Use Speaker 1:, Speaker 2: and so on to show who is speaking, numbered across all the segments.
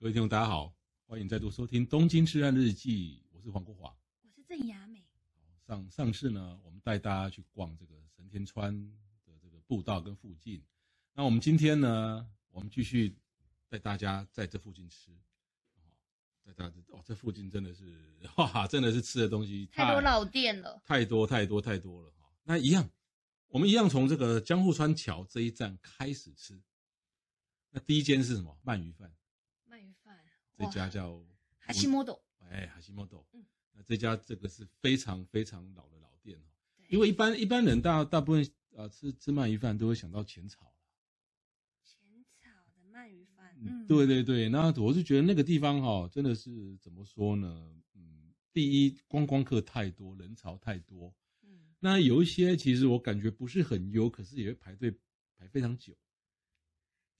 Speaker 1: 各位听众，大家好，欢迎再度收听《东京痴汉日记》，我是黄国华。
Speaker 2: 我是郑雅美，
Speaker 1: 上上次呢，我们带大家去逛这个神田川的这个步道跟附近。那我们今天呢，我们继续带大家在这附近吃，哦带大家哦，这附近真的是哇，真的是吃的东西
Speaker 2: 太多老店了。
Speaker 1: 太多太多太多了哈。那一样，我们一样从这个江户川桥这一站开始吃。那第一间是什么？鳗鱼饭，
Speaker 2: 鳗鱼饭，
Speaker 1: 这
Speaker 2: 哇
Speaker 1: 家叫
Speaker 2: 哈西莫豆，
Speaker 1: 哎哈西莫豆。
Speaker 2: 嗯
Speaker 1: 那这家这个是非常非常老的老店哦，
Speaker 2: 对
Speaker 1: 因为一般一般人大大部分啊、呃吃吃鳗鱼饭都会想到浅草。
Speaker 2: 浅草的鳗鱼饭，
Speaker 1: 嗯，对对对，那我是觉得那个地方哈、真的是怎么说呢？嗯，第一观光客太多，人潮太多，
Speaker 2: 嗯，
Speaker 1: 那有一些其实我感觉不是很优，可是也会排队排非常久。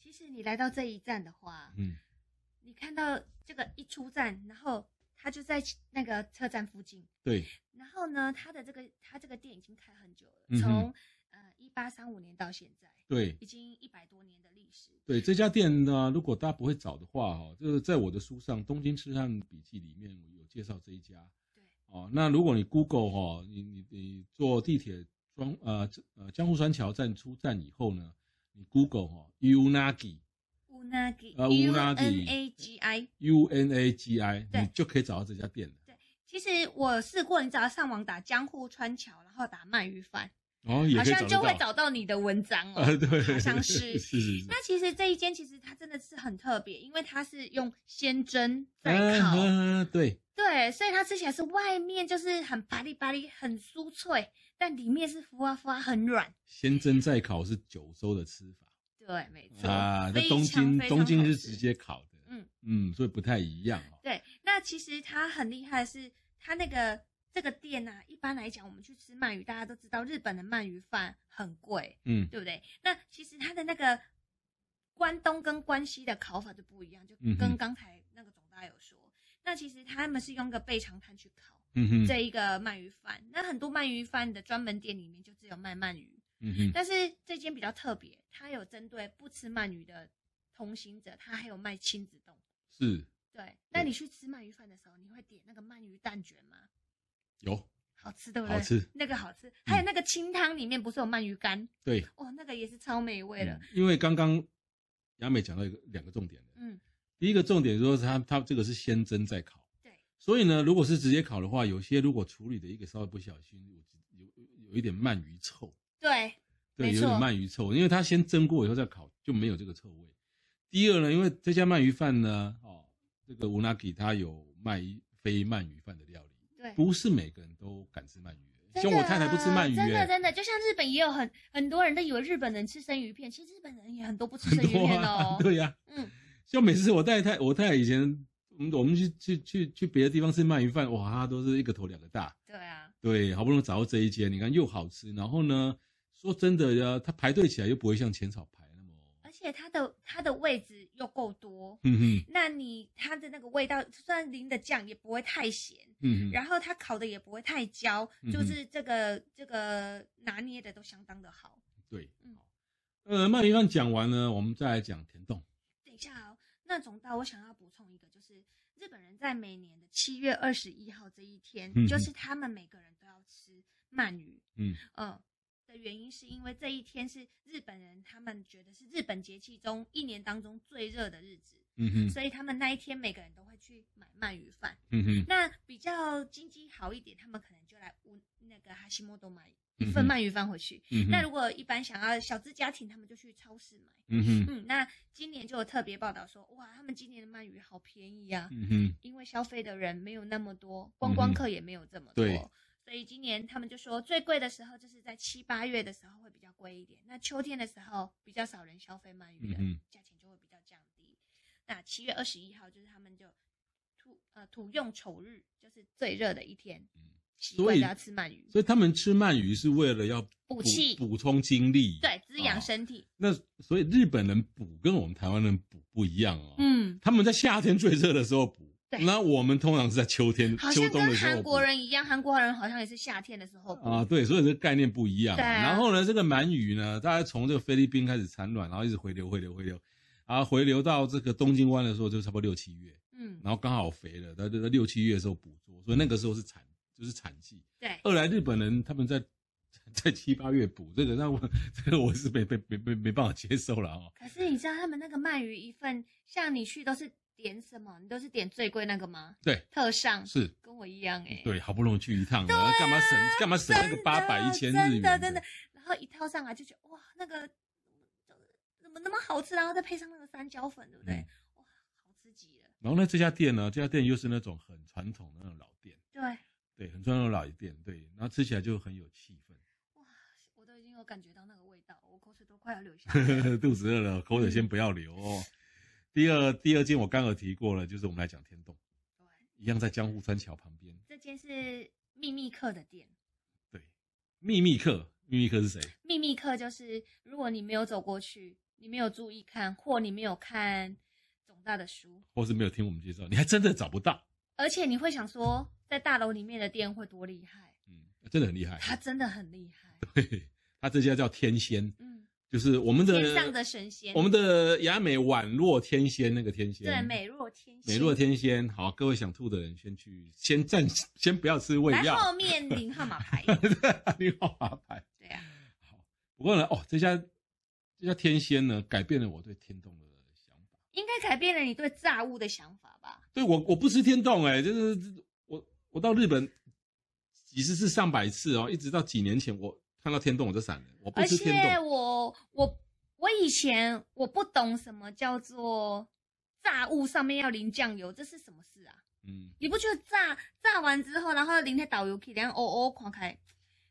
Speaker 2: 其实你来到这一站的话，
Speaker 1: 嗯，
Speaker 2: 你看到这个一出站，然后它就在那个车站附近，
Speaker 1: 对，
Speaker 2: 然后呢，它的这个它这个店已经开很久
Speaker 1: 嗯
Speaker 2: 了，
Speaker 1: 哼
Speaker 2: 从呃一八三五年到现在，
Speaker 1: 对
Speaker 2: 已经一百多年的历史。
Speaker 1: 对，这家店呢，如果大家不会找的话，哈，就是在我的书上《东京吃汉笔记》里面有介绍这一家。
Speaker 2: 对，
Speaker 1: 哦，那如果你 Google 哈、你你你坐地铁庄呃这呃江户川桥站出站以后呢，你 Google 哈、Unagi
Speaker 2: Unagi，
Speaker 1: 呃
Speaker 2: U
Speaker 1: Unagi
Speaker 2: N A G I。
Speaker 1: U N A G I，
Speaker 2: 对
Speaker 1: 你就可以找到这家店了。
Speaker 2: 其实我试过，你只要上网打江户川桥，然后打鳗鱼饭，
Speaker 1: 哦，也
Speaker 2: 好
Speaker 1: 可以
Speaker 2: 像
Speaker 1: 找
Speaker 2: 就
Speaker 1: 得
Speaker 2: 会
Speaker 1: 到。
Speaker 2: 找到你的文章哦。
Speaker 1: 啊，对，
Speaker 2: 好 像
Speaker 1: 是
Speaker 2: 是
Speaker 1: 是是。
Speaker 2: 那其实这一间其实它真的是很特别，因为它是用鲜蒸在
Speaker 1: 啊
Speaker 2: 烤，
Speaker 1: 啊对，
Speaker 2: 对，所以它吃起来是外面就是很巴里巴里，很酥脆，但里面是浮啊浮啊，很软。
Speaker 1: 先蒸再烤是九州的吃法。
Speaker 2: 对，没错
Speaker 1: 啊，那
Speaker 2: 非
Speaker 1: 东
Speaker 2: 常
Speaker 1: 京
Speaker 2: 非常
Speaker 1: 东京
Speaker 2: 好
Speaker 1: 是
Speaker 2: 吃
Speaker 1: 直接烤的，嗯
Speaker 2: 嗯
Speaker 1: 嗯，所以不太一样哦。
Speaker 2: 对。那其实它很厉害的是，它那个这个店啊，一般来讲我们去吃鳗鱼，大家都知道日本的鳗鱼饭很贵，
Speaker 1: 嗯
Speaker 2: 对不对？那其实它的那个关东跟关西的烤法就不一样，就
Speaker 1: 嗯哼
Speaker 2: 跟刚才那个总大有说，那其实他们是用个备长炭去烤。
Speaker 1: 嗯哼，
Speaker 2: 这一个鳗鱼饭。那很多鳗鱼饭的专门店里面就只有卖鳗鱼，
Speaker 1: 嗯哼，
Speaker 2: 但是这间比较特别，它有针对不吃鳗鱼的同行者，它还有卖亲子冻。
Speaker 1: 是
Speaker 2: 对，那你去吃鳗鱼饭的时候，你会点那个鳗鱼蛋卷吗？
Speaker 1: 有
Speaker 2: 好吃，对不对？
Speaker 1: 好。吃，嗯
Speaker 2: 那个好吃，还有那个清汤里面不是有鳗鱼干？
Speaker 1: 对，
Speaker 2: 哦，那个也是超美味的
Speaker 1: 嗯。因为刚刚雅美讲到一个两个重点的，
Speaker 2: 嗯，
Speaker 1: 第一个重点就是它它这个是先蒸再烤，
Speaker 2: 对，
Speaker 1: 所以呢，如果是直接烤的话，有些如果处理的一个稍微不小心，有有有一点鳗鱼臭，
Speaker 2: 对，
Speaker 1: 对，
Speaker 2: 没
Speaker 1: 有点
Speaker 2: 错
Speaker 1: 鳗鱼臭，因为它先蒸过以后再烤就没有这个臭味。第二呢，因为这家鳗鱼饭呢，哦，这个乌纳吉它有卖非鳗鱼饭的料理，
Speaker 2: 对。
Speaker 1: 不是每个人都敢吃鳗鱼，像我太太不吃鳗鱼，
Speaker 2: 真的
Speaker 1: 哎
Speaker 2: 真的，就像日本也有很很多人都以为日本人吃生鱼片，其实日本人也很多不吃生
Speaker 1: 很
Speaker 2: 鱼
Speaker 1: 多
Speaker 2: 片
Speaker 1: 啊
Speaker 2: 哦，
Speaker 1: 。对呀、
Speaker 2: 嗯，
Speaker 1: 像每次我太太，我太太以前，我们我们去去去去别的地方吃鳗鱼饭，哇，她都是一个头两个大，
Speaker 2: 对啊，
Speaker 1: 对，好不容易找到这一间，你看又好吃，然后呢，说真的呀，它排队起来又不会像浅草排那么，
Speaker 2: 而且它的它的位置又够多，
Speaker 1: 嗯哼，
Speaker 2: 那你它的那个味道，虽然淋的酱也不会太咸，
Speaker 1: 嗯哼，
Speaker 2: 然后它烤的也不会太焦，
Speaker 1: 嗯哼
Speaker 2: 就是这个这个拿捏的都相当的好。
Speaker 1: 对，
Speaker 2: 嗯
Speaker 1: 好，呃，鳗鱼饭讲完呢，我们再来讲甜冻，
Speaker 2: 等一下哦，那总道我想要补充一个，就是日本人在每年的七月二十一号这一天，
Speaker 1: 嗯哼
Speaker 2: 就是他们每个人都要吃鳗鱼，
Speaker 1: 嗯
Speaker 2: 嗯。的原因是因为这一天是日本人，他们觉得是日本节气中一年当中最热的日子，
Speaker 1: 嗯哼，
Speaker 2: 所以他们那一天每个人都会去买鳗鱼饭。
Speaker 1: 嗯哼，
Speaker 2: 那比较经济好一点，他们可能就来乌那个哈西莫多买
Speaker 1: 嗯哼
Speaker 2: 一份鳗鱼饭回去。
Speaker 1: 嗯
Speaker 2: 那
Speaker 1: 哼，
Speaker 2: 如果一般想要小资家庭，他们就去超市买。
Speaker 1: 嗯哼，
Speaker 2: 嗯，那今年就有特别报道说，哇，他们今年的鳗鱼好便宜啊，
Speaker 1: 嗯哼，
Speaker 2: 因为消费的人没有那么多，观光客也没有这么多。
Speaker 1: 对
Speaker 2: 所以今年他们就说，最贵的时候就是在七八月的时候会比较贵一点，那秋天的时候比较少人消费鳗鱼
Speaker 1: 嗯
Speaker 2: 了，
Speaker 1: 哼
Speaker 2: 价钱就会比较降低。那七月二十一号就是他们就土呃土用丑日，就是最热的一天，习
Speaker 1: 嗯所
Speaker 2: 惯
Speaker 1: 以
Speaker 2: 都要吃鳗鱼，
Speaker 1: 所以他们吃鳗鱼是为了要
Speaker 2: 补气
Speaker 1: 补充精力。，
Speaker 2: 对，滋
Speaker 1: 哦
Speaker 2: 养身体。
Speaker 1: 那所以日本人补跟我们台湾人补不一样哦。
Speaker 2: 嗯，
Speaker 1: 他们在夏天最热的时候补，
Speaker 2: 对
Speaker 1: 那我们通常是在秋天、
Speaker 2: 好
Speaker 1: 秋
Speaker 2: 像
Speaker 1: 冬的
Speaker 2: 跟
Speaker 1: 时候
Speaker 2: 韩
Speaker 1: 补
Speaker 2: 国人一样，韩国人好像也是夏天的时候
Speaker 1: 啊，对，所以这个概念不一样。
Speaker 2: 对啊
Speaker 1: 然后呢，这个鳗鱼呢，大概从这个菲律宾开始产卵，然后一直回流、回流、回流，啊，回流到这个东京湾的时候，就差不多六七月，
Speaker 2: 嗯，
Speaker 1: 然后刚好肥了，它就在六七月的时候捕捉，所以那个时候是产，就是产季。
Speaker 2: 对，
Speaker 1: 二来日本人他们在 在七八月捕这个，那我这个我是没没没没没办法接受了哦。
Speaker 2: 可是你知道他们那个鳗鱼一份，像你去都是点什么？你都是点最贵那个吗？
Speaker 1: 对，
Speaker 2: 特上，
Speaker 1: 是。
Speaker 2: 跟我一样哎、欸。
Speaker 1: 对，好不容易去一趟了，
Speaker 2: 对啊
Speaker 1: 干嘛省干嘛省那个
Speaker 2: 真的
Speaker 1: 八百一千日元
Speaker 2: 真的真的。然后一套上来就觉得哇，那个怎么那么好吃？然后再配上那个三椒粉，对不对？
Speaker 1: 嗯
Speaker 2: 哇，好吃极了。
Speaker 1: 然后呢，这家店呢，这家店又是那种很传统的那种老店，
Speaker 2: 对，
Speaker 1: 对，很传统的老店，对，然后吃起来就很有气
Speaker 2: 哇，我都已经有感觉到那个味道，我口水都快要流下 来了。
Speaker 1: 氛，肚子饿了，口水先不要流哦。第二第二间我刚有提过了，就是我们来讲天洞，
Speaker 2: 对，
Speaker 1: 一样在江户川桥旁边，
Speaker 2: 这间是秘密客的店。
Speaker 1: 对，秘密客，秘密客是谁？
Speaker 2: 秘密课就是，如果你没有走过去，你没有注意看，或你没有看总大的书，
Speaker 1: 或是没有听我们介绍，你还真的找不到，
Speaker 2: 而且你会想说，在大楼里面的店会多厉害，
Speaker 1: 嗯，真的很厉害。
Speaker 2: 它真的很厉害。
Speaker 1: 对，他这家叫天仙，
Speaker 2: 嗯，
Speaker 1: 就是我们的
Speaker 2: 天上的神仙
Speaker 1: 我们的雅美宛若天仙那个天仙，
Speaker 2: 对，美若天仙。
Speaker 1: 美若天仙。好，各位想吐的人先去，先暂 先不要吃胃
Speaker 2: 来后
Speaker 1: 药，
Speaker 2: 面领号码牌。
Speaker 1: 你好麻烦。
Speaker 2: 对啊，
Speaker 1: 好，不过呢，哦，这家这家天仙呢，改变了我对天洞的想法。
Speaker 2: 应该改变了你对炸物的想法吧？
Speaker 1: 对我，我不吃天洞、哎，就是我我到日本几十次、上百次哦，一直到几年前，我看到天洞我就闪了，我不
Speaker 2: 而
Speaker 1: 吃天
Speaker 2: 且
Speaker 1: 洞。
Speaker 2: 我我我以前我不懂什么叫做炸物上面要淋酱油，这是什么事啊？
Speaker 1: 嗯，
Speaker 2: 你不觉得炸炸完之后，然后淋在导游去，然后哦哦狂开？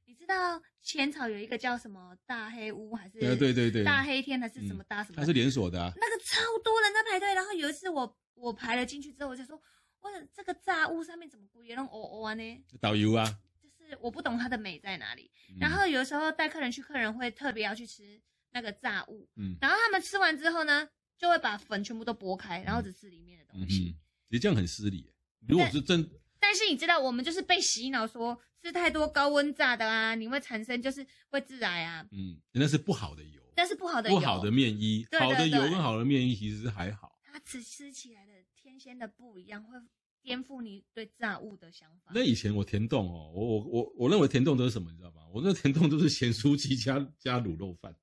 Speaker 2: 你知道浅草有一个叫什么大黑屋还是
Speaker 1: 对啊对对对，
Speaker 2: 大黑天还是什么大什么
Speaker 1: 它？是连锁的、啊。
Speaker 2: 那个超多人在排队，然后有一次我我排了进去之后，我就说，哇，这个炸物上面怎么鬼弄哦哦啊呢？
Speaker 1: 导游啊，
Speaker 2: 就是我不懂它的美在哪里。
Speaker 1: 嗯
Speaker 2: 然后有时候带客人去，客人会特别要去吃那个炸物，
Speaker 1: 嗯
Speaker 2: 然后他们吃完之后呢，就会把粉全部都剥开，然后只吃里面的
Speaker 1: 嗯
Speaker 2: 东
Speaker 1: 哼，
Speaker 2: 西。
Speaker 1: 其实这样很失礼、哎如果是真
Speaker 2: 但是你知道，我们就是被洗脑说吃太多高温炸的啊，你会产生就是会致癌啊，
Speaker 1: 嗯，那是不好的油，
Speaker 2: 但是不好的
Speaker 1: 不
Speaker 2: 油
Speaker 1: 好的，面衣，
Speaker 2: 对对
Speaker 1: 好的油
Speaker 2: 对
Speaker 1: 跟好的面衣其实还好。
Speaker 2: 它吃吃起来的天仙的不一样，会颠覆你对炸物的想法
Speaker 1: 那。以前我甜粽哦，我我我我认为甜粽都是什么，你知道吗？我那甜粽都是咸酥鸡加加卤肉饭，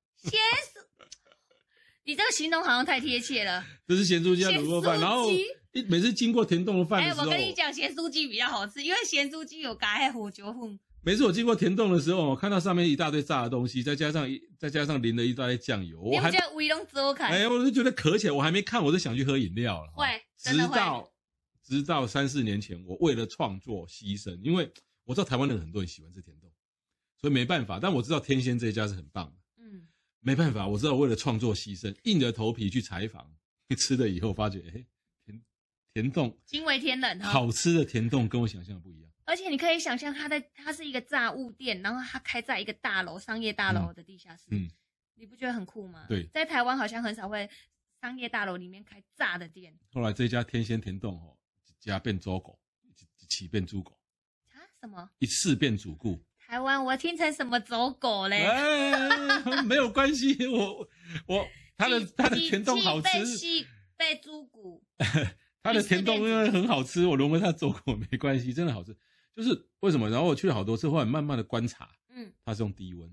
Speaker 2: 你这个形容好像太贴切了。
Speaker 1: 这是咸酥鸡加卤肉饭。
Speaker 2: 咸酥鸡
Speaker 1: 然后一每次经过甜粽的饭
Speaker 2: 哎、
Speaker 1: 的时
Speaker 2: 我
Speaker 1: 候，
Speaker 2: 跟你讲，咸酥鸡比较好吃，因为咸酥鸡有咖喱火酒混。
Speaker 1: 每次我经过甜粽的时候，我看到上面一大堆炸的东西，再加上一再加上淋了一大堆酱油，
Speaker 2: 你
Speaker 1: 我
Speaker 2: 不
Speaker 1: 还
Speaker 2: 觉得围龙周
Speaker 1: 哎
Speaker 2: 开？
Speaker 1: 呀，我就觉得渴起来，我还没看，我就想去喝饮料了。
Speaker 2: 会
Speaker 1: 直
Speaker 2: 真的会
Speaker 1: 到直到三四年前，我为了创作牺牲，因为我知道台湾人很多人喜欢吃甜豆，所以没办法。但我知道天仙这一家是很棒的，
Speaker 2: 嗯，
Speaker 1: 没办法，我知道我为了创作牺牲，硬着头皮去采访， 吃了以后发觉，哎，甜甜粽
Speaker 2: 惊为天人哈。
Speaker 1: 好吃的甜粽跟我想象的不一样。
Speaker 2: 而且你可以想象，它在它是一个炸物店，然后它开在一个大楼商业大楼的地下室，
Speaker 1: 嗯嗯
Speaker 2: 你不觉得很酷吗？
Speaker 1: 对
Speaker 2: 在台湾好像很少会商业大楼里面开炸的店
Speaker 1: 后来这家天仙甜粽哦，一家变猪狗，一起变猪狗，
Speaker 2: 啊？什么？
Speaker 1: 一次变主顾。
Speaker 2: 台湾我听成什么走狗嘞？
Speaker 1: 哎，没有关系，我我他的
Speaker 2: 鸡
Speaker 1: 他的甜粽
Speaker 2: 鸡
Speaker 1: 好吃，
Speaker 2: 被吸被猪骨，
Speaker 1: 他的甜粽因为很好吃，我沦为他走过没关系，真的好吃。就是为什么？然后我去了好多次，后来慢慢的观察，
Speaker 2: 嗯，
Speaker 1: 它是用低温，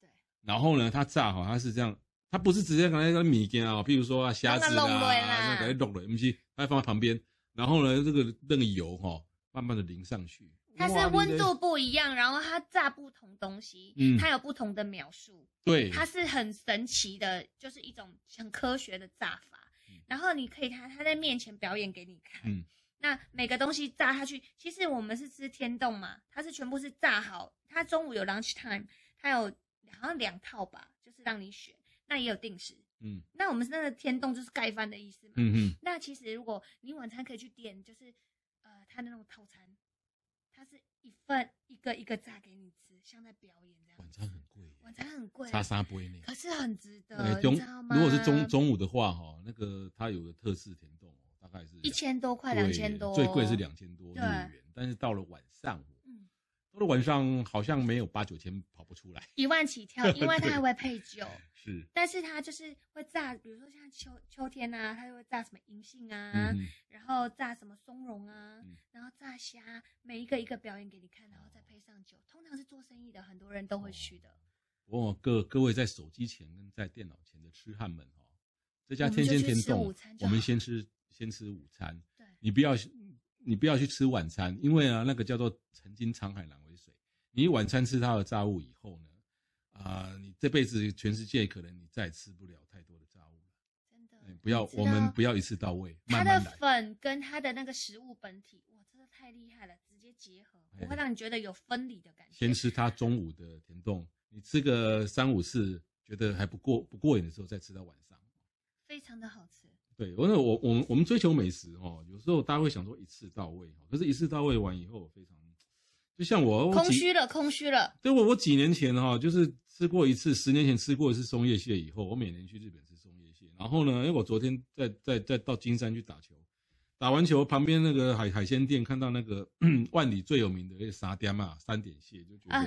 Speaker 2: 对，
Speaker 1: 然后呢，它炸好，它是这样，它不是直接拿那个米羹啊，譬如说啊虾子
Speaker 2: 弄下下
Speaker 1: 啊，
Speaker 2: 啦
Speaker 1: 那给它弄了，不是，它放在旁边，然后呢，这个那个油哈、哦，慢慢的淋上去，
Speaker 2: 它
Speaker 1: 哇
Speaker 2: 是
Speaker 1: 你
Speaker 2: 温
Speaker 1: 的
Speaker 2: 度不一样，然后它炸不同东西，
Speaker 1: 嗯
Speaker 2: 它有不同的描述，
Speaker 1: 对，
Speaker 2: 它是很神奇的，就是一种很科学的炸法
Speaker 1: 嗯。
Speaker 2: 然后你可以他他在面前表演给你看，
Speaker 1: 嗯
Speaker 2: 那每个东西炸下去，其实我们是吃天冻嘛，它是全部是炸好，它中午有 lunch time，它有好像两套吧，就是让你选，那也有定时，
Speaker 3: 嗯
Speaker 2: 那我们那个天洞就是盖饭的意思嘛。
Speaker 3: 嗯嗯，
Speaker 2: 那其实如果你晚餐可以去点，就是呃，他那种套餐，它是一份一个一个炸给你吃，像在表演这样。
Speaker 1: 晚餐很贵耶，
Speaker 2: 晚餐很贵，
Speaker 1: 叉沙不会呢。
Speaker 2: 可是很值得，
Speaker 1: 哎
Speaker 2: 你
Speaker 1: 中
Speaker 2: 知道吗？
Speaker 1: 如果是中中午的话，哈，那个它有个特制甜冻哦，大概是
Speaker 2: 一千多块，
Speaker 1: 对
Speaker 2: 两千多，
Speaker 1: 最贵是两千多日
Speaker 2: 对
Speaker 1: 元，但是到了晚上哦，
Speaker 2: 嗯
Speaker 1: 到了晚上好像没有八九千跑不出来，
Speaker 2: 一万 起跳，因为它还会配酒，
Speaker 1: 是，
Speaker 2: 但是它就是会炸，比如说像秋秋天啊，它就会炸什么银杏啊，
Speaker 1: 嗯哼，
Speaker 2: 然后炸什么松茸啊，
Speaker 1: 嗯
Speaker 2: 然后炸虾，每一个一个表演给你看，然后再配上酒。通常是做生意的，很多人都
Speaker 1: 哦
Speaker 2: 会去的。
Speaker 1: 我问各各位在手机前跟在电脑前的痴汉们哦，这家
Speaker 2: 我们
Speaker 1: 天
Speaker 2: 就
Speaker 1: 仙
Speaker 2: 去
Speaker 1: 甜
Speaker 2: 吃
Speaker 1: 冻
Speaker 2: 午餐，就
Speaker 1: 我们
Speaker 2: 好
Speaker 1: 先吃先吃午餐，
Speaker 2: 对，
Speaker 1: 你不要你不要去吃晚餐，因为啊那个叫做曾经沧海难为水，你晚餐吃它的炸物以后呢，啊、你这辈子全世界可能你再也吃不了太多的炸物了，
Speaker 2: 真的。
Speaker 1: 哎不要
Speaker 2: 知
Speaker 1: 我们
Speaker 2: 道
Speaker 1: 不要一次到位，
Speaker 2: 它
Speaker 1: 慢
Speaker 2: 的
Speaker 1: 慢来，
Speaker 2: 粉跟它的那个食物本体，哇，真的太厉害了，直接结合，
Speaker 1: 哎
Speaker 2: 不会让你觉得有分离的感觉。
Speaker 1: 先吃它中午的甜冻，你吃个三五次觉得还不过不过瘾的时候再吃到晚上。
Speaker 2: 非常的好吃。
Speaker 1: 对，我那我我们我们追求美食哦，有时候大家会想说一次到位哦，可是一次到位完以后，非常就像我我
Speaker 2: 空
Speaker 1: 几
Speaker 2: 虚了，空虚了。
Speaker 1: 对我我几年前哈、就是吃过一次，十年前吃过一次松叶蟹以后，我每年去日本吃松叶蟹。然后呢，因为我昨天在在在到金山去打球，打完球旁边那个海海鲜店看到那个 万里最有名的那个沙嗲嘛，三点蟹，就觉得、
Speaker 2: 啊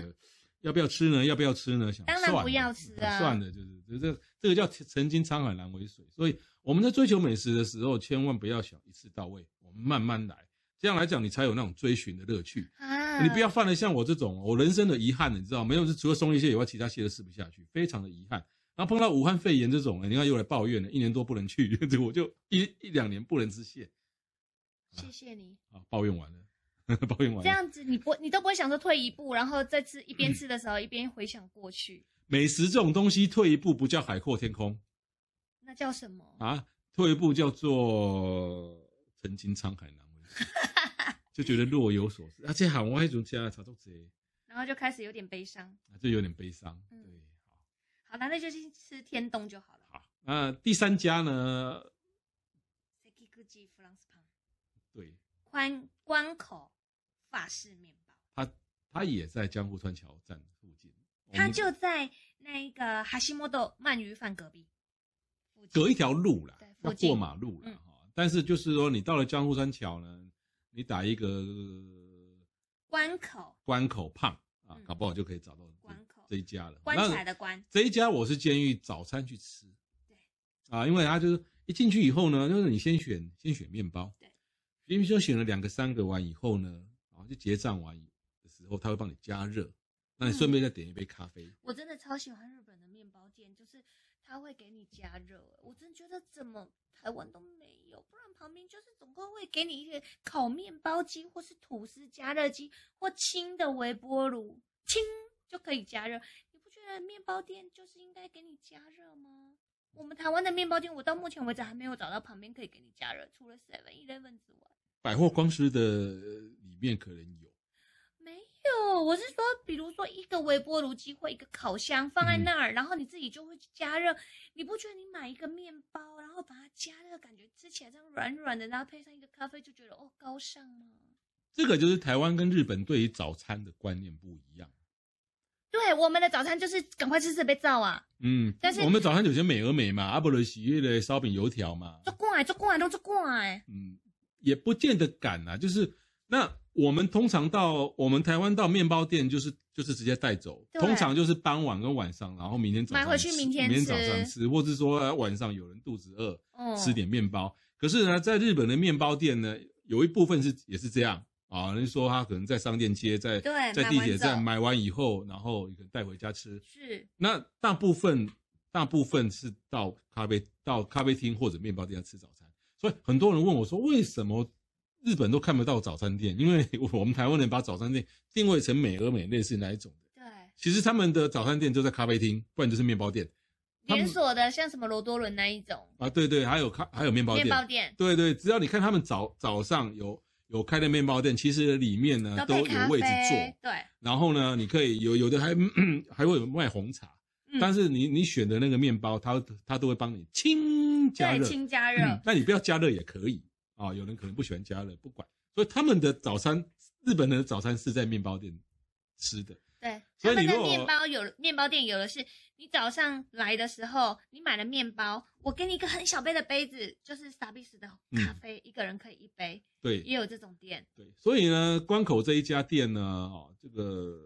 Speaker 1: 要不要吃呢？要不要吃呢？想
Speaker 2: 当然
Speaker 1: 算
Speaker 2: 不
Speaker 1: 了
Speaker 2: 要吃啊
Speaker 1: 算了，就是就是这个叫曾经沧海难为水。所以我们在追求美食的时候，千万不要想一次到位，我们慢慢来，这样来讲你才有那种追寻的乐趣。
Speaker 2: 啊！
Speaker 1: 你不要犯了像我这种我人生的遗憾，你知道没有？是除了松叶蟹以外，其他蟹都吃不下去，非常的遗憾。然后碰到武汉肺炎这种，你看又来抱怨了，一年多不能去， 这个我就一一两年不能吃蟹
Speaker 2: 谢谢你
Speaker 1: 啊，抱怨完了， 抱怨完了。
Speaker 2: 这样子，你不你都不会想说退一步，然后再吃一边吃的时候一边回想过去，
Speaker 1: 美食这种东西，退一步不叫海阔天空
Speaker 2: 那叫什么？
Speaker 1: 啊，退一步叫做曾经沧海难为水，就觉得若有所思。而且喊我一种家炒作者，
Speaker 2: 然后就开始有点悲伤。
Speaker 1: 啊就有点悲伤。
Speaker 2: 嗯
Speaker 1: 对，好。
Speaker 2: 好啦，那就去吃天冻就好了。
Speaker 1: 好，那第三家呢？
Speaker 2: s e k i g u j i 弗朗斯胖
Speaker 1: 对，
Speaker 2: 宽关口法式面包，
Speaker 1: 他他也在江户川桥站附近，我
Speaker 2: 它
Speaker 1: 们
Speaker 2: 就在那个哈西莫豆鳗鱼饭隔壁附近
Speaker 1: 隔一条路啦
Speaker 2: 对，
Speaker 1: 要
Speaker 2: 附近
Speaker 1: 过马路啦
Speaker 2: 嗯
Speaker 1: 哈、但是就是说，你到了江户川桥呢，你打一个呃
Speaker 2: 关口
Speaker 1: 关口胖啊
Speaker 2: 嗯，
Speaker 1: 搞不好就可以找到这
Speaker 2: 关口
Speaker 1: 这一家了。
Speaker 2: 棺材
Speaker 1: 那
Speaker 2: 的棺，
Speaker 1: 这一家我是建议早餐去吃，
Speaker 2: 对
Speaker 1: 啊，因为他就是一进去以后呢，就是你先选先选面包，
Speaker 2: 对，
Speaker 1: 因为就选了两个三个完以后呢，然后就结账完的时候，他会帮你加热，那你顺
Speaker 2: 嗯
Speaker 1: 便再点一杯咖啡。
Speaker 2: 我真的超喜欢日本的面包店，就是它会给你加热，我真觉得怎么台湾都没有，不然旁边就是总共会给你一个烤面包机，或是吐司加热机，或轻的微波炉，轻就可以加热。你不觉得面包店就是应该给你加热吗？我们台湾的面包店，我到目前为止还没有找到旁边可以给你加热，除了 Seven Eleven 之外，
Speaker 1: 百货公司的呃里面可能有，
Speaker 2: 没有。我是说，比如说一个微波炉机或一个烤箱放
Speaker 1: 嗯
Speaker 2: 在那儿，然后你自己就会去加热。你不觉得你买一个面包，然后把它加热，感觉吃起来这样软软的，然后配上一个咖啡，就觉得哦高尚吗？
Speaker 1: 这个就是台湾跟日本对于早餐的观念不一样。
Speaker 2: 对，我们的早餐就是赶快吃这杯灶啊，
Speaker 1: 嗯，
Speaker 2: 但是
Speaker 1: 我们早餐有些美而美嘛，阿波罗喜悦的烧饼油条嘛，
Speaker 2: 做过来做过来都做过来。
Speaker 1: 嗯，也不见得敢啊。就是那我们通常到我们台湾到面包店，就是就是直接带走，
Speaker 2: 对
Speaker 1: 通常就是傍晚跟晚上，然后明天早上
Speaker 2: 买回去
Speaker 1: 吃
Speaker 2: 明天
Speaker 1: 明天
Speaker 2: 吃
Speaker 1: 早上吃，或是说呃晚上有人肚子饿，
Speaker 2: 哦，
Speaker 1: 吃点面包。可是呢，在日本的面包店呢，有一部分是也是这样啊，人家说他可能在商店街，在
Speaker 2: 对
Speaker 1: 在地铁
Speaker 2: 买完
Speaker 1: 站
Speaker 2: 走
Speaker 1: 买完以后，然后可能带回家吃。
Speaker 2: 是
Speaker 1: 那大部分大部分是到咖啡到咖啡厅或者面包店吃早餐，所以很多人问我说，为什么日本都看不到早餐店？因为我们台湾人把早餐店定位成美而美类似哪一种的，
Speaker 2: 对
Speaker 1: 其实他们的早餐店就在咖啡厅，不然就是面包店他们
Speaker 2: 连锁的，像什么罗多伦那一种
Speaker 1: 啊，对对，还有咖还有面包
Speaker 2: 面
Speaker 1: 店，
Speaker 2: 包店，
Speaker 1: 对对，只要你看他们早早上有有开的面包店，其实里面呢
Speaker 2: 配
Speaker 1: 嗯有
Speaker 2: 咖
Speaker 1: 位置
Speaker 2: 啡
Speaker 1: 坐，
Speaker 2: 对，
Speaker 1: 然后呢，你可以有有的还还会有卖红茶，
Speaker 2: 嗯
Speaker 1: 但是你你选的那个面包，它它都会帮你轻加
Speaker 2: 对，
Speaker 1: 热，
Speaker 2: 轻加热，
Speaker 1: 嗯那你不要加热也可以啊、有人可能不喜欢加热，不管。所以他们的早餐，日本人的早餐是在面包店吃的。
Speaker 2: 对，
Speaker 1: 所
Speaker 2: 他
Speaker 1: 以你
Speaker 2: 们的
Speaker 1: 如果
Speaker 2: 面包有面包店有的是，你早上来的时候，你买了面包，我给你一个很小杯的杯子，就是傻逼式的
Speaker 1: 嗯
Speaker 2: 咖啡，一个人可以一杯，
Speaker 1: 对
Speaker 2: 也有这种店。
Speaker 1: 对，所以呢，关口这一家店呢，哦，这个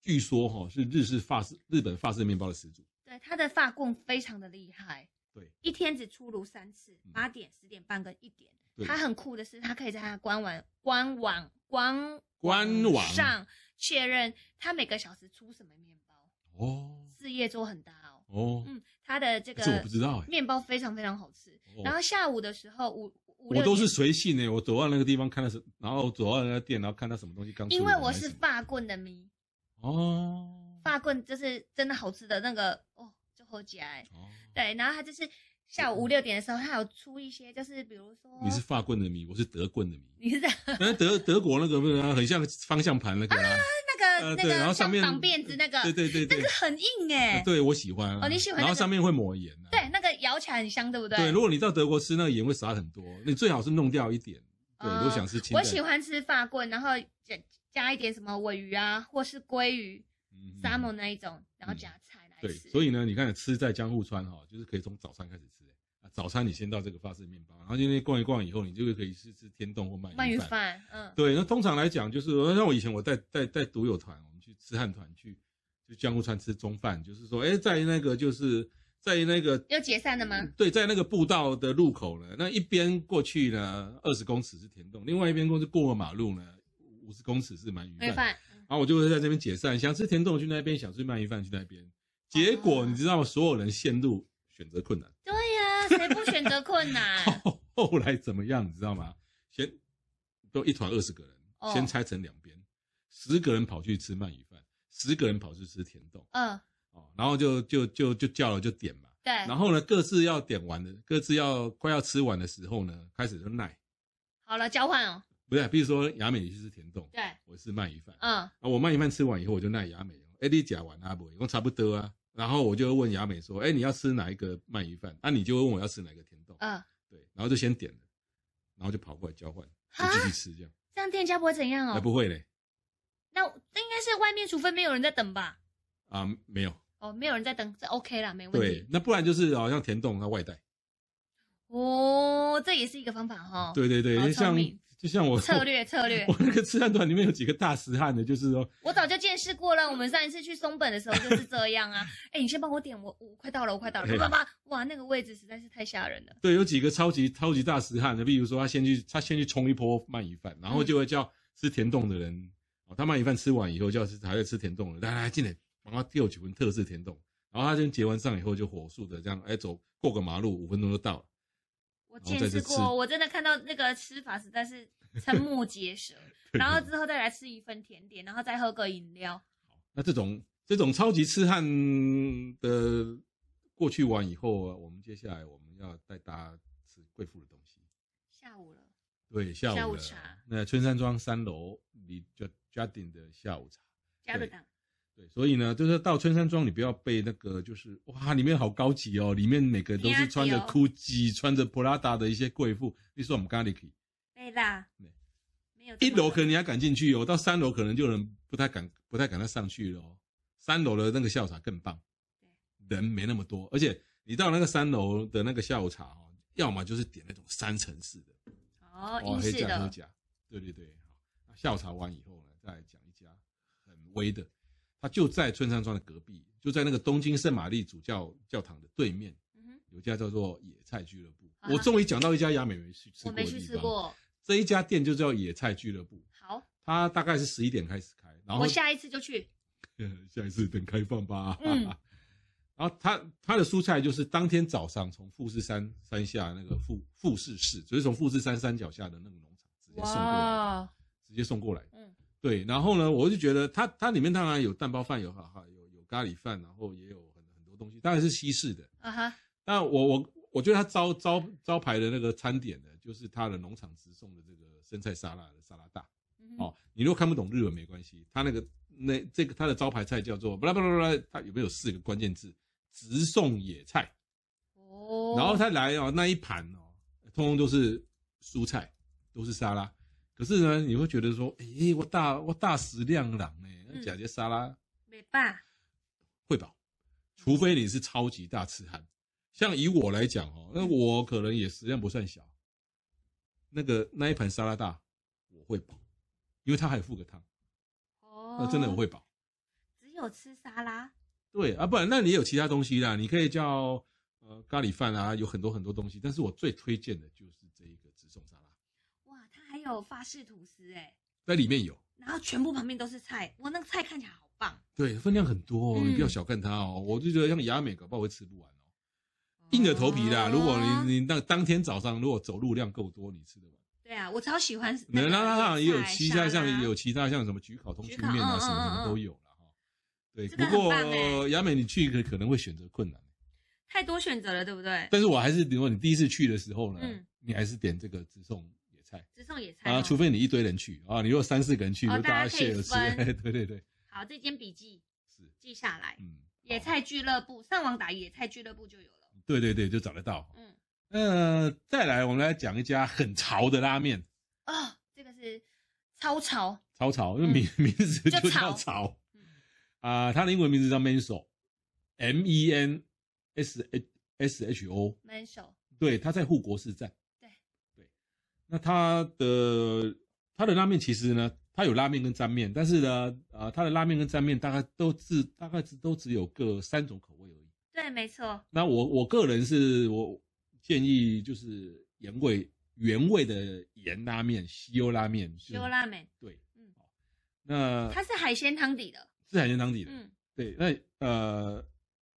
Speaker 1: 据说哈、哦、是日式法式日本法式面包的始祖。
Speaker 2: 对，它的发供非常的厉害，
Speaker 1: 对，
Speaker 2: 一天只出炉三次
Speaker 1: 嗯，
Speaker 2: 八点、十点半跟一点。
Speaker 1: 对
Speaker 2: 它很酷的是，它可以在它的官网、官网、官
Speaker 1: 官网
Speaker 2: 上确认它每个小时出什么面包，
Speaker 1: 哦
Speaker 2: 事业做很大哦。
Speaker 1: 哦，
Speaker 2: 嗯，它的这个
Speaker 1: 这我不知道哎、
Speaker 2: 面包非常非常好吃。
Speaker 1: 哦
Speaker 2: 然后下午的时候五五
Speaker 1: 我
Speaker 2: 六
Speaker 1: 都
Speaker 2: 点
Speaker 1: 是随性的，我走到那个地方看到什，然后走到那个店，然后看到什么东西刚出炉
Speaker 2: 因为我
Speaker 1: 还什
Speaker 2: 是
Speaker 1: 么
Speaker 2: 发棍的迷，
Speaker 1: 哦
Speaker 2: 发棍就是真的好吃的那个哦，就好起来。
Speaker 1: 哦，
Speaker 2: 对，然后它就是下午五六点的时候，它有出一些，就是比如说
Speaker 1: 你是呃法棍的迷，我是德棍的迷。
Speaker 2: 你是在
Speaker 1: 但是德德国那个不是啊很像方向盘那个啦，
Speaker 2: 啊那个、
Speaker 1: 呃
Speaker 2: 那
Speaker 1: 对，然后
Speaker 2: 个
Speaker 1: 上
Speaker 2: 像
Speaker 1: 面
Speaker 2: 绑辫子那个，
Speaker 1: 对对对
Speaker 2: 那
Speaker 1: 对
Speaker 2: 个，很硬哎、
Speaker 1: 呃对我喜欢啊。
Speaker 2: 哦你喜欢那个
Speaker 1: 然后上面会抹盐啊。
Speaker 2: 对，那个咬起来很香，对不对？
Speaker 1: 对，如果你到德国吃，那个盐会撒很多，你最好是弄掉一点。对，
Speaker 2: 嗯
Speaker 1: 如果想吃清
Speaker 2: 我
Speaker 1: 淡，
Speaker 2: 喜欢吃法棍，然后加加一点什么尾鱼啊，或是鲑鱼、
Speaker 1: 嗯
Speaker 2: 沙姆那一种，然后加菜来
Speaker 1: 对，
Speaker 2: 吃。
Speaker 1: 所
Speaker 2: 以
Speaker 1: 以呢，你看吃在江户川哈、就是可以从早餐开始吃。啊早餐你先到这个法式面包，然后今天逛一逛以后，你就可以吃吃天洞或鳗
Speaker 2: 鳗鱼
Speaker 1: 饭。
Speaker 2: 饭，嗯，
Speaker 1: 对，那通常来讲，就是呃像我以前我带带带独友团，我们去吃汉团去，去江户川吃中饭，就是说，哎，在那个就是在那个
Speaker 2: 要解散了吗？
Speaker 1: 对，在那个步道的路口呢，那一边过去呢二十公尺是田洞，另外一边过去过了马路呢五十公尺是鳗鱼
Speaker 2: 鳗鱼
Speaker 1: 饭。
Speaker 2: 饭，
Speaker 1: 然后我就会在这边解散，想吃甜粽去那边，想吃鳗鱼饭去那边。结
Speaker 2: 哦
Speaker 1: 果你知道，所有人陷入选择困难。
Speaker 2: 对呀、谁不选择困难？
Speaker 1: 后后来怎么样，你知道吗？先都一团二十个人，
Speaker 2: 哦
Speaker 1: 先拆成两边，十个人跑去吃鳗鱼饭，十个人跑去吃甜粽
Speaker 2: 嗯、
Speaker 1: 哦，然后就就就就叫了就点嘛。
Speaker 2: 对，
Speaker 1: 然后呢，各自要点完的，各自要快要吃完的时候呢，开始就耐，
Speaker 2: 好了，交换哦，
Speaker 1: 不是，比如说雅美你去吃甜粽，
Speaker 2: 对，
Speaker 1: 我吃鳗鱼饭，
Speaker 2: 嗯，
Speaker 1: 啊，我鳗鱼饭吃完以后，我就那雅美哦，哎、你讲完阿伯，我差不多啊。然后我就问雅美说，哎、你要吃哪一个鳗鱼饭？啊，你就会问我要吃哪个甜豆，
Speaker 2: 嗯，
Speaker 1: 对，然后就先点了，然后就跑过来交换，就
Speaker 2: 啊
Speaker 1: 继续吃这样，
Speaker 2: 这样店家不会怎样
Speaker 1: 哎、
Speaker 2: 哦？
Speaker 1: 不会嘞，
Speaker 2: 那这应该是外面，除非没有人在等吧？
Speaker 1: 啊，没有，
Speaker 2: 哦，没有人在等，这 OK 啦，没问
Speaker 1: 对
Speaker 2: 题。，
Speaker 1: 那不然就是好像甜豆它外带，
Speaker 2: 哦，这也是一个方法哈、哦。，
Speaker 1: 对对对，
Speaker 2: 好
Speaker 1: 就像
Speaker 2: 聪明
Speaker 1: 就像我
Speaker 2: 策略策略
Speaker 1: 我，那个吃饭团里面有几个大实汉的，就是说，
Speaker 2: 我早就见识过了。我们上一次去松本的时候就是这样 啊。哎，你先帮我点，我我快到了，我快到了，
Speaker 1: 哎
Speaker 2: 叭叭叭！哇，那个位置实在是太吓人了。
Speaker 1: 对，有几个超级超级大实汉的，比如说他先去他先去冲一波鳗鱼饭，
Speaker 2: 嗯
Speaker 1: 然后就会叫吃甜粽的人，哦，他鳗鱼饭吃完以后叫吃还在吃甜粽的人，来来进来，帮他调几份特制甜粽，然后他先结完账以后就火速的这样，哎，走过个马路五分钟就到了，
Speaker 2: 我
Speaker 1: 然后
Speaker 2: 见
Speaker 1: 再
Speaker 2: 识
Speaker 1: 去吃
Speaker 2: 过，我真的看到那个吃法实在是瞠目结舌。然后之后再来吃一份甜点，然后再喝个饮料。
Speaker 1: 那这种这种超级痴汉的过去完以后啊，我们接下来我们要带大家吃贵妇的东西。
Speaker 2: 下午了，
Speaker 1: 对，下午
Speaker 2: 下午
Speaker 1: 了
Speaker 2: 茶。
Speaker 1: 那春山庄三楼李 Jardin 的下午茶。
Speaker 2: 加
Speaker 1: 对
Speaker 2: 入党
Speaker 1: 对，所以呢，就是到春山庄，你不要被那个，就是哇，里面好高级哦，里面每个都是穿着
Speaker 2: 对啊
Speaker 1: GUCCI、穿着 Prada 的一些贵妇。你说我们咖喱可以，
Speaker 2: 贝拉
Speaker 1: 对，
Speaker 2: 没有这
Speaker 1: 一
Speaker 2: 么
Speaker 1: 楼可能你还敢进去哦，到三楼可能就有人不太敢、不太敢再上去了哦。三楼的那个下午茶更棒，人没那么多，而且你到那个三楼的那个下午茶哦，要么就是点那种三层式的，
Speaker 2: 哦，
Speaker 1: 哦，
Speaker 2: 英式
Speaker 1: 黑
Speaker 2: 的，
Speaker 1: 甲，对对对，好。那下午茶完以后呢，再来讲一家很威的，它就在春山庄的隔壁，就在那个东京圣玛丽主教教堂的对面，
Speaker 2: 嗯哼，
Speaker 1: 有一家叫做野菜俱乐部。
Speaker 2: 啊
Speaker 1: 我终于讲到一家雅美没去吃
Speaker 2: 我
Speaker 1: 过的
Speaker 2: 没
Speaker 1: 地
Speaker 2: 去
Speaker 1: 方，
Speaker 2: 吃过。
Speaker 1: 这一家店就叫野菜俱乐部，
Speaker 2: 好，
Speaker 1: 它大概是十一点开始开，然后
Speaker 2: 我下一次就去。
Speaker 1: 下一次等开放吧。
Speaker 2: 嗯
Speaker 1: 然后它它的蔬菜就是当天早上从富士山山下那个富富士市，就是从富士山山脚下的那个农场直接送过来。
Speaker 2: 哇，
Speaker 1: 直接送过来。
Speaker 2: 嗯，
Speaker 1: 对，然后呢，我就觉得它它里面当然有蛋包饭，有哈哈，有有咖喱饭，然后也有很很多东西，当然是西式的。
Speaker 2: 啊哈，
Speaker 1: 但我我我觉得它招招招牌的那个餐点呢，就是它的农场直送的这个生菜沙拉的沙拉大。哦
Speaker 2: 嗯哼
Speaker 1: 哦，你如果看不懂日文没关系，它那个那这个它的招牌菜叫做巴拉巴拉巴拉，它有没有四个关键字？直送野菜，
Speaker 2: 哦，
Speaker 1: 然后他来哦那一盘哦，通通都是蔬菜，都是沙拉。可是呢，你会觉得说，诶，我大我大食量狼呢，
Speaker 2: 嗯
Speaker 1: 假些沙拉
Speaker 2: 没办，
Speaker 1: 会饱，除非你是超级大吃汉。像以我来讲哦，那我可能也食量不算小，那个那一盘沙拉大我会饱，因为它还有附个汤，
Speaker 2: 哦
Speaker 1: 那，真的我会饱。
Speaker 2: 只有吃沙拉，
Speaker 1: 对啊，不然那你也有其他东西啦，你可以叫呃咖喱饭啊，有很多很多东西。但是我最推荐的就是这一个直送沙拉，
Speaker 2: 哇，它还有法式吐司哎，
Speaker 1: 在里面有，
Speaker 2: 然后全部旁边都是菜，哇，那个菜看起来好棒，
Speaker 1: 对，分量很多哦，
Speaker 2: 嗯
Speaker 1: 你不要小看它哦。我就觉得像雅美，搞不好会吃不完哦，硬着头皮啦。
Speaker 2: 哦
Speaker 1: 如果你你那当天早上如果走路量够多，你吃得完。
Speaker 2: 对啊，我超喜欢个
Speaker 1: 能拉拉上也有其他像
Speaker 2: 沙拉
Speaker 1: 也有其他像什么焗烤通
Speaker 2: 焗
Speaker 1: 心
Speaker 2: 烤
Speaker 1: 面啊，
Speaker 2: 嗯
Speaker 1: 什么什
Speaker 2: 嗯
Speaker 1: 么
Speaker 2: 嗯
Speaker 1: 都有了哈。对，
Speaker 2: 这
Speaker 1: 不
Speaker 2: 个很棒欸
Speaker 1: 过雅美你去可可能会选择困难，
Speaker 2: 太多选择了，对不对？
Speaker 1: 但是我还是如果你第一次去的时候呢
Speaker 2: 嗯，
Speaker 1: 你还是点这个直送野菜
Speaker 2: 直送野菜哦
Speaker 1: 啊，除非你一堆人去啊，你如果三四个人去，
Speaker 2: 哦
Speaker 1: 就大家
Speaker 2: 大家可以
Speaker 1: share
Speaker 2: 分
Speaker 1: 吃， 对对对，
Speaker 2: 好，这间笔记
Speaker 1: 是，
Speaker 2: 记下来。
Speaker 1: 嗯，
Speaker 2: 野菜俱乐部，上网打野菜俱乐部就有了。
Speaker 1: 对对对，就找得到。
Speaker 2: 嗯，
Speaker 1: 呃，再来，我们来讲一家很潮的拉面，
Speaker 2: 哦，这个是超潮，
Speaker 1: 潮潮，因为
Speaker 2: 嗯
Speaker 1: 名、名字
Speaker 2: 就
Speaker 1: 就叫
Speaker 2: 潮
Speaker 1: 潮
Speaker 2: 嗯
Speaker 1: 啊、它的英文名字叫 Menso，M E N S H S H O，
Speaker 2: 闷手，
Speaker 1: 对，它在护国寺站。
Speaker 2: 对
Speaker 1: 对，那它的它的拉面其实呢，它有拉面跟沾面，但是呢，呃，它的拉面跟沾面大概都只大概只都只有各三种口味而已。
Speaker 2: 对，没错，
Speaker 1: 那我我个人是我建议就是原味原味的盐拉面、西欧拉面、就是呃
Speaker 2: 修拉面，
Speaker 1: 对，
Speaker 2: 嗯，
Speaker 1: 那
Speaker 2: 它是海鲜汤底的。
Speaker 1: 是海鲜汤底的，
Speaker 2: 嗯，
Speaker 1: 对。那呃，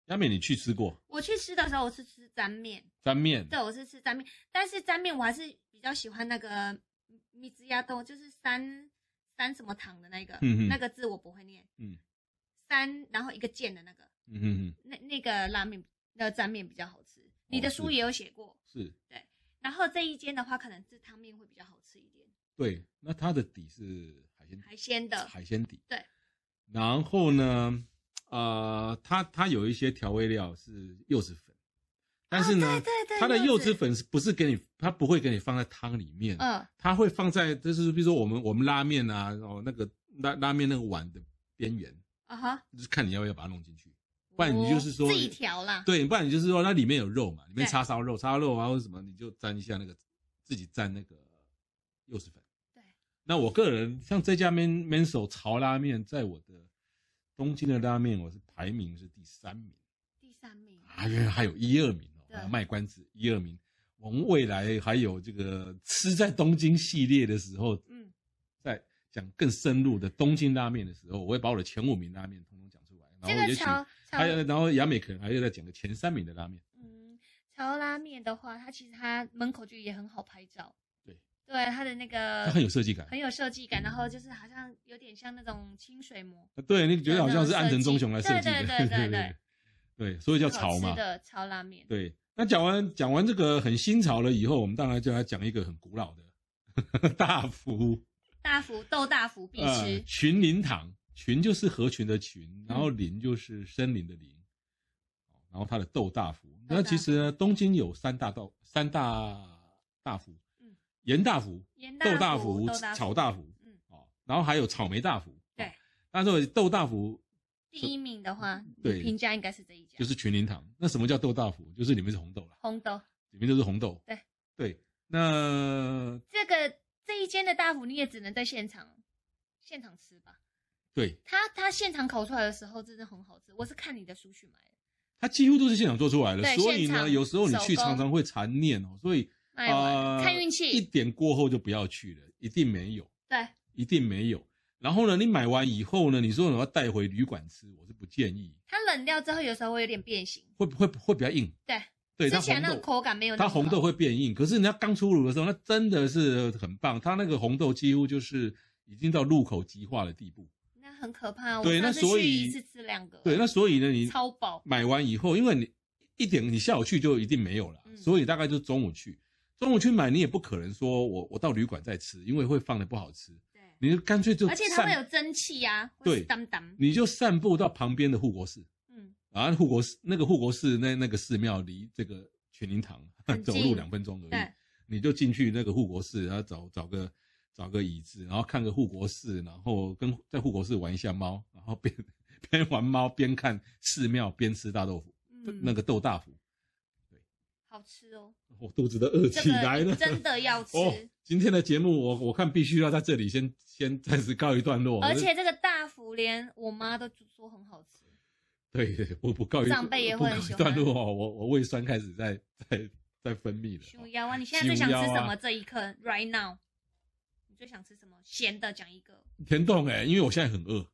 Speaker 1: 亚美你去吃过
Speaker 2: 我去吃的时候我是吃沾面，
Speaker 1: 沾面，
Speaker 2: 对，我是吃沾面，但是沾面我还是比较喜欢那个米芝亚豆，就是三三什么糖的那个，
Speaker 1: 嗯嗯
Speaker 2: 那个字我不会念，
Speaker 1: 嗯
Speaker 2: 三然后一个键的那个，
Speaker 1: 嗯哼哼，
Speaker 2: 那那个拉面那个沾面比较好吃。你的
Speaker 1: 哦是
Speaker 2: 书也有写过，
Speaker 1: 是
Speaker 2: 然后这一间的话，可能是汤面会比较好吃一点，
Speaker 1: 对。那它的底是海鲜
Speaker 2: 海鲜的。
Speaker 1: 海鲜底，
Speaker 2: 对。
Speaker 1: 然后呢，呃，它它有一些调味料是柚子粉，但是呢，
Speaker 2: 哦、对对对，
Speaker 1: 它的柚
Speaker 2: 柚
Speaker 1: 子，粉是不是给你，它不会给你放在汤里面，
Speaker 2: 嗯、
Speaker 1: 它会放在就是比如说我们我们拉面啊，然后那个拉拉面那个碗的边缘，
Speaker 2: 啊哈，
Speaker 1: 就是看你要不要把它弄进去。不然你就是说
Speaker 2: 自己调啦，
Speaker 1: 对，不然你就是说它里面有肉嘛，里面
Speaker 2: 对
Speaker 1: 叉烧肉、叉烧肉啊或者什么，你就沾一下那个自己沾那个柚子粉。
Speaker 2: 对，
Speaker 1: 那我个人像这家 Man Manso 潮拉面，在我的东京的拉面，我是排名是第三名。
Speaker 2: 第三名，
Speaker 1: 啊，原来还有一二名哦，
Speaker 2: 对
Speaker 1: 还卖关子一二名。我们未来还有这个吃在东京系列的时候，
Speaker 2: 嗯，
Speaker 1: 在讲更深入的东京拉面的时候，我会把我的前五名拉面通通讲出来，
Speaker 2: 这
Speaker 1: 然后
Speaker 2: 个
Speaker 1: 也许
Speaker 2: 潮潮
Speaker 1: 还有，然后雅美可能还要再讲个前三名的拉面。
Speaker 2: 嗯潮拉面的话，它其实它门口就也很好拍照，
Speaker 1: 对，
Speaker 2: 对，它的那个
Speaker 1: 它很有设计感，
Speaker 2: 很有设计感，然后就是好像有点像那种清水模，
Speaker 1: 对，你觉得好像是
Speaker 2: 对那种
Speaker 1: 安藤忠雄来设计的，
Speaker 2: 设计对对对
Speaker 1: 对
Speaker 2: 对
Speaker 1: 对，所以叫潮
Speaker 2: 好
Speaker 1: 嘛
Speaker 2: 吃，的潮拉面，
Speaker 1: 对。那讲完讲完这个很新潮了以后，我们当然就要讲一个很古老的 大福。
Speaker 2: 大福豆大福必
Speaker 1: 呃
Speaker 2: 吃，，嗯
Speaker 1: 群林堂，群就是合群的群，然后林就是森林的林，然后它的豆大福。
Speaker 2: 豆
Speaker 1: 那
Speaker 2: 大福
Speaker 1: 其实呢，东京有三大道三大大福，
Speaker 2: 嗯
Speaker 1: 盐大福、
Speaker 2: 盐
Speaker 1: 豆
Speaker 2: 大
Speaker 1: 大福、
Speaker 2: 豆大
Speaker 1: 草大福，
Speaker 2: 嗯，
Speaker 1: 哦，然后还有草莓大福。哦
Speaker 2: 对，
Speaker 1: 那作为豆大福
Speaker 2: 第一名的话，你
Speaker 1: 对
Speaker 2: 评价应该是这一家，
Speaker 1: 就是群林堂。那什么叫豆大福？就是里面是红豆啦，
Speaker 2: 红豆。
Speaker 1: 里面都是红豆。
Speaker 2: 对
Speaker 1: 对，那
Speaker 2: 这个这一间的大福你也只能在现场现场吃吧。
Speaker 1: 对
Speaker 2: 它它现场烤出来的时候真的很好吃，我是看你的书去买的。
Speaker 1: 它几乎都是现场做出来的，
Speaker 2: 对
Speaker 1: 所以
Speaker 2: 现
Speaker 1: 呢，
Speaker 2: 场
Speaker 1: 有时候你去
Speaker 2: 手工
Speaker 1: 常常会残念哦，所以。
Speaker 2: 卖完、
Speaker 1: 呃
Speaker 2: 哎看运气，
Speaker 1: 一点过后就不要去了，一定没有，
Speaker 2: 对，
Speaker 1: 一定没有。然后呢，你买完以后呢，你说你要带回旅馆吃，我是不建议，
Speaker 2: 它冷掉之后有时候会有点变形，
Speaker 1: 会不会会比较硬？
Speaker 2: 对，
Speaker 1: 对，它
Speaker 2: 吃起来
Speaker 1: 红
Speaker 2: 那个
Speaker 1: 豆
Speaker 2: 口感没有那
Speaker 1: 它
Speaker 2: 么好
Speaker 1: 红豆会变硬，可是人家刚出炉的时候，那真的是很棒，它那个红豆几乎就是已经到入口即化的地步。
Speaker 2: 那很可怕。
Speaker 1: 对
Speaker 2: 我上
Speaker 1: 那
Speaker 2: 次
Speaker 1: 所
Speaker 2: 去
Speaker 1: 以
Speaker 2: 一次吃两个，
Speaker 1: 对，那所以呢，你
Speaker 2: 超饱。
Speaker 1: 买完以后，因为你一点你下午去就一定没有了，
Speaker 2: 嗯
Speaker 1: 所以大概就中午去。中午去买，你也不可能说我我到旅馆再吃，因为会放的不好吃。
Speaker 2: 对，
Speaker 1: 你就干脆就
Speaker 2: 而且它
Speaker 1: 散
Speaker 2: 会有蒸汽呀、啊，会
Speaker 1: 对
Speaker 2: 是当当，
Speaker 1: 你就散步到旁边的护国寺，
Speaker 2: 嗯，
Speaker 1: 啊，护国寺那个护国寺那那个寺庙离这个全林堂
Speaker 2: 很
Speaker 1: 走
Speaker 2: 近
Speaker 1: 路两分钟而已
Speaker 2: 对，，
Speaker 1: 你就进去那个护国寺，然后找找个找个椅子，然后看个护国寺，然后跟在护国寺玩一下猫，然后边 边玩猫边看寺庙边吃大豆腐，
Speaker 2: 嗯，
Speaker 1: 那个豆大福，
Speaker 2: 好吃哦，
Speaker 1: 我肚子都饿
Speaker 2: 这
Speaker 1: 起来了
Speaker 2: 个。真的要吃。
Speaker 1: 哦，今天的节目我我看必须要在这里先先暂时告一段落，
Speaker 2: 而且这个大福连我妈都说很好吃，
Speaker 1: 对对，不不告一
Speaker 2: 长辈也会
Speaker 1: 不
Speaker 2: 很
Speaker 1: 告
Speaker 2: 喜
Speaker 1: 一段
Speaker 2: 欢
Speaker 1: 落哦，我我胃酸开始在在在分泌了
Speaker 2: 熊
Speaker 1: 哦。
Speaker 2: 腰啊！你现在最想吃
Speaker 1: 熊
Speaker 2: 什
Speaker 1: 腰
Speaker 2: 么？
Speaker 1: 啊
Speaker 2: 这一刻，right now，你最想吃什么？咸的讲一个，
Speaker 1: 甜冻哎、因为我现在很饿。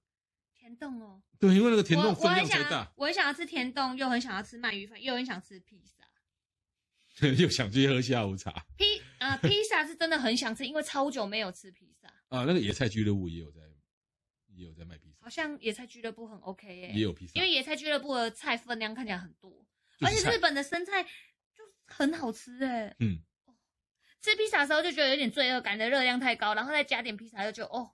Speaker 2: 甜冻哦。
Speaker 1: 对，因为那个甜
Speaker 2: 我
Speaker 1: 冻
Speaker 2: 我
Speaker 1: 分
Speaker 2: 很
Speaker 1: 量才
Speaker 2: 想啊要
Speaker 1: 大，，
Speaker 2: 我很想要吃甜冻，又很想要吃鳗鱼饭，又很想吃披萨。
Speaker 1: 又想去喝下午茶
Speaker 2: 披啊、 披萨是真的很想吃，因为超久没有吃披萨，
Speaker 1: 啊。那个野菜俱乐部也有在，也有在卖披萨
Speaker 2: 好，像野菜俱乐部很 OK 耶、
Speaker 1: 也有披萨，
Speaker 2: 因为野菜俱乐部的菜分量看起来很多，
Speaker 1: 就
Speaker 2: 而
Speaker 1: 是
Speaker 2: 且
Speaker 1: 菜
Speaker 2: 日本的生菜就很好吃哎、
Speaker 1: 嗯，
Speaker 2: 吃披萨的时候就觉得有点罪恶感，的热量太高，然后再加点披萨就觉得哦，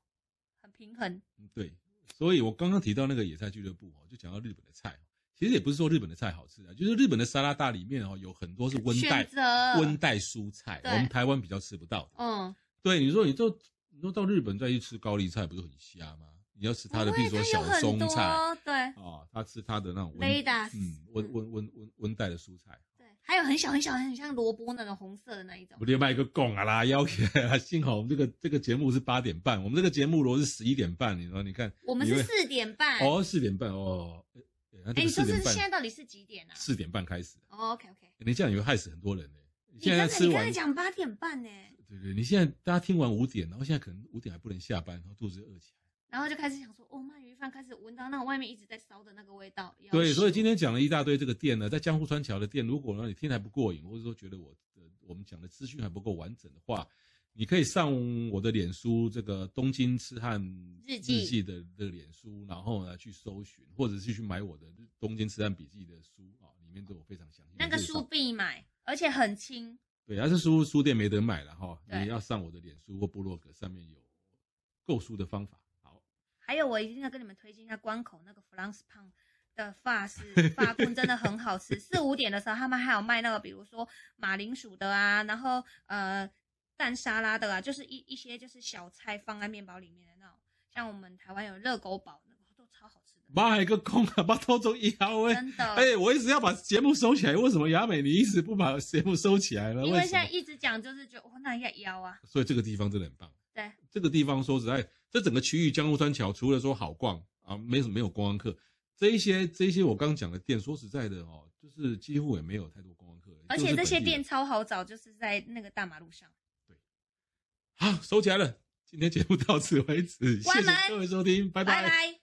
Speaker 2: 很平衡。
Speaker 1: 对，所以我刚刚提到那个野菜俱乐部哦，就讲到日本的菜，其实也不是说日本的菜好吃啊，就是日本的沙拉大里面哦，有很多是温带
Speaker 2: 选择
Speaker 1: 温，带蔬菜，我
Speaker 2: 嗯对
Speaker 1: 们台湾比较吃不到的。
Speaker 2: 嗯，
Speaker 1: 对，你说你到你说到日本再去吃高丽菜，不是很瞎吗？你要吃它的，
Speaker 2: 不
Speaker 1: 比
Speaker 2: 会
Speaker 1: 如说
Speaker 2: 它有
Speaker 1: 小
Speaker 2: 很
Speaker 1: 松
Speaker 2: 多
Speaker 1: 菜啊、
Speaker 2: 对
Speaker 1: 哦，它吃它的那种温
Speaker 2: ，Vedas，
Speaker 1: 嗯温温温温温带的蔬菜。
Speaker 2: 对，还有很小很小很像萝卜那种红色的那一种
Speaker 1: 我，就卖个拱啊啦，要起来啦！幸好我们这个这个节目是八点半，我们这个节目如果是十一点半，你说你看
Speaker 2: 我们
Speaker 1: 你
Speaker 2: 是
Speaker 1: 会
Speaker 2: 四点半。
Speaker 1: 哦四点半哦，哎、哎那
Speaker 2: 哎，
Speaker 1: 这
Speaker 2: 你
Speaker 1: 个
Speaker 2: 说
Speaker 1: 四
Speaker 2: 是
Speaker 1: 点
Speaker 2: 现在
Speaker 1: 半
Speaker 2: 到底是几点啊？
Speaker 1: 四点半开始，哎
Speaker 2: 哦，OK OK。
Speaker 1: 你这样也会害死很多人呢、
Speaker 2: 你
Speaker 1: 现在
Speaker 2: 刚才
Speaker 1: 吃
Speaker 2: 你刚
Speaker 1: 完
Speaker 2: 才讲八点半欸呢，
Speaker 1: 对对，你现在大家听完五点，然后现在可能五点还不能下班，然后肚子饿起来。
Speaker 2: 然后就开始想说，哦，鳗鱼饭开始闻到那种外面一直在烧的那个味道。要
Speaker 1: 对，
Speaker 2: 死
Speaker 1: 所以今天讲了一大堆这个店呢，在江户川桥的店，如果呢你听得还不过瘾，或者说觉得我的我们讲的资讯还不够完整的话，你可以上我的脸书这个东京痴汉
Speaker 2: 日记
Speaker 1: 的的脸书，然后呢去搜寻，或者是去买我的东京痴汉笔记的书啊，里面都有非常详细的
Speaker 2: 那个
Speaker 1: 介绍
Speaker 2: 书必买，而且很轻。
Speaker 1: 对，但是书书店没得买了哈，
Speaker 2: 对
Speaker 1: 你要上我的脸书或部落格上面有购书的方法。好，
Speaker 2: 还有，我一定要跟你们推荐一下关口那个弗朗斯胖的发丝发棍，真的很好吃。四五点的时候，他们还有卖那个，比如说马铃薯的啊，然后呃蛋沙拉的啊，就是一一些就是小菜放在面包里面的那种，像我们台湾有热狗堡，那个都超好吃的，
Speaker 1: 妈一个空啊，把头中一腰哎。
Speaker 2: 真的。
Speaker 1: 哎、我一直要把节目收起来，为什么雅美你一直不把节目收起来呢？
Speaker 2: 因为
Speaker 1: 什
Speaker 2: 现在
Speaker 1: 么？
Speaker 2: 一直讲就是觉得哦，那要腰啊，
Speaker 1: 所以这个地方真的很棒。
Speaker 2: 对，
Speaker 1: 这个地方说实在，这整个区域江户川桥除了说好逛啊，没什么没有观光客，这一些这一些我刚刚讲的店，说实在的哦，就是几乎也没有太多观光客。
Speaker 2: 而
Speaker 1: 就
Speaker 2: 且
Speaker 1: 是
Speaker 2: 这
Speaker 1: 本地
Speaker 2: 些
Speaker 1: 人
Speaker 2: 店超好找，就是在那个大马路上。
Speaker 1: 好收起来了，今天节目到此为止，谢
Speaker 2: 关
Speaker 1: 谢
Speaker 2: 门
Speaker 1: 各位收听，拜
Speaker 2: 拜拜。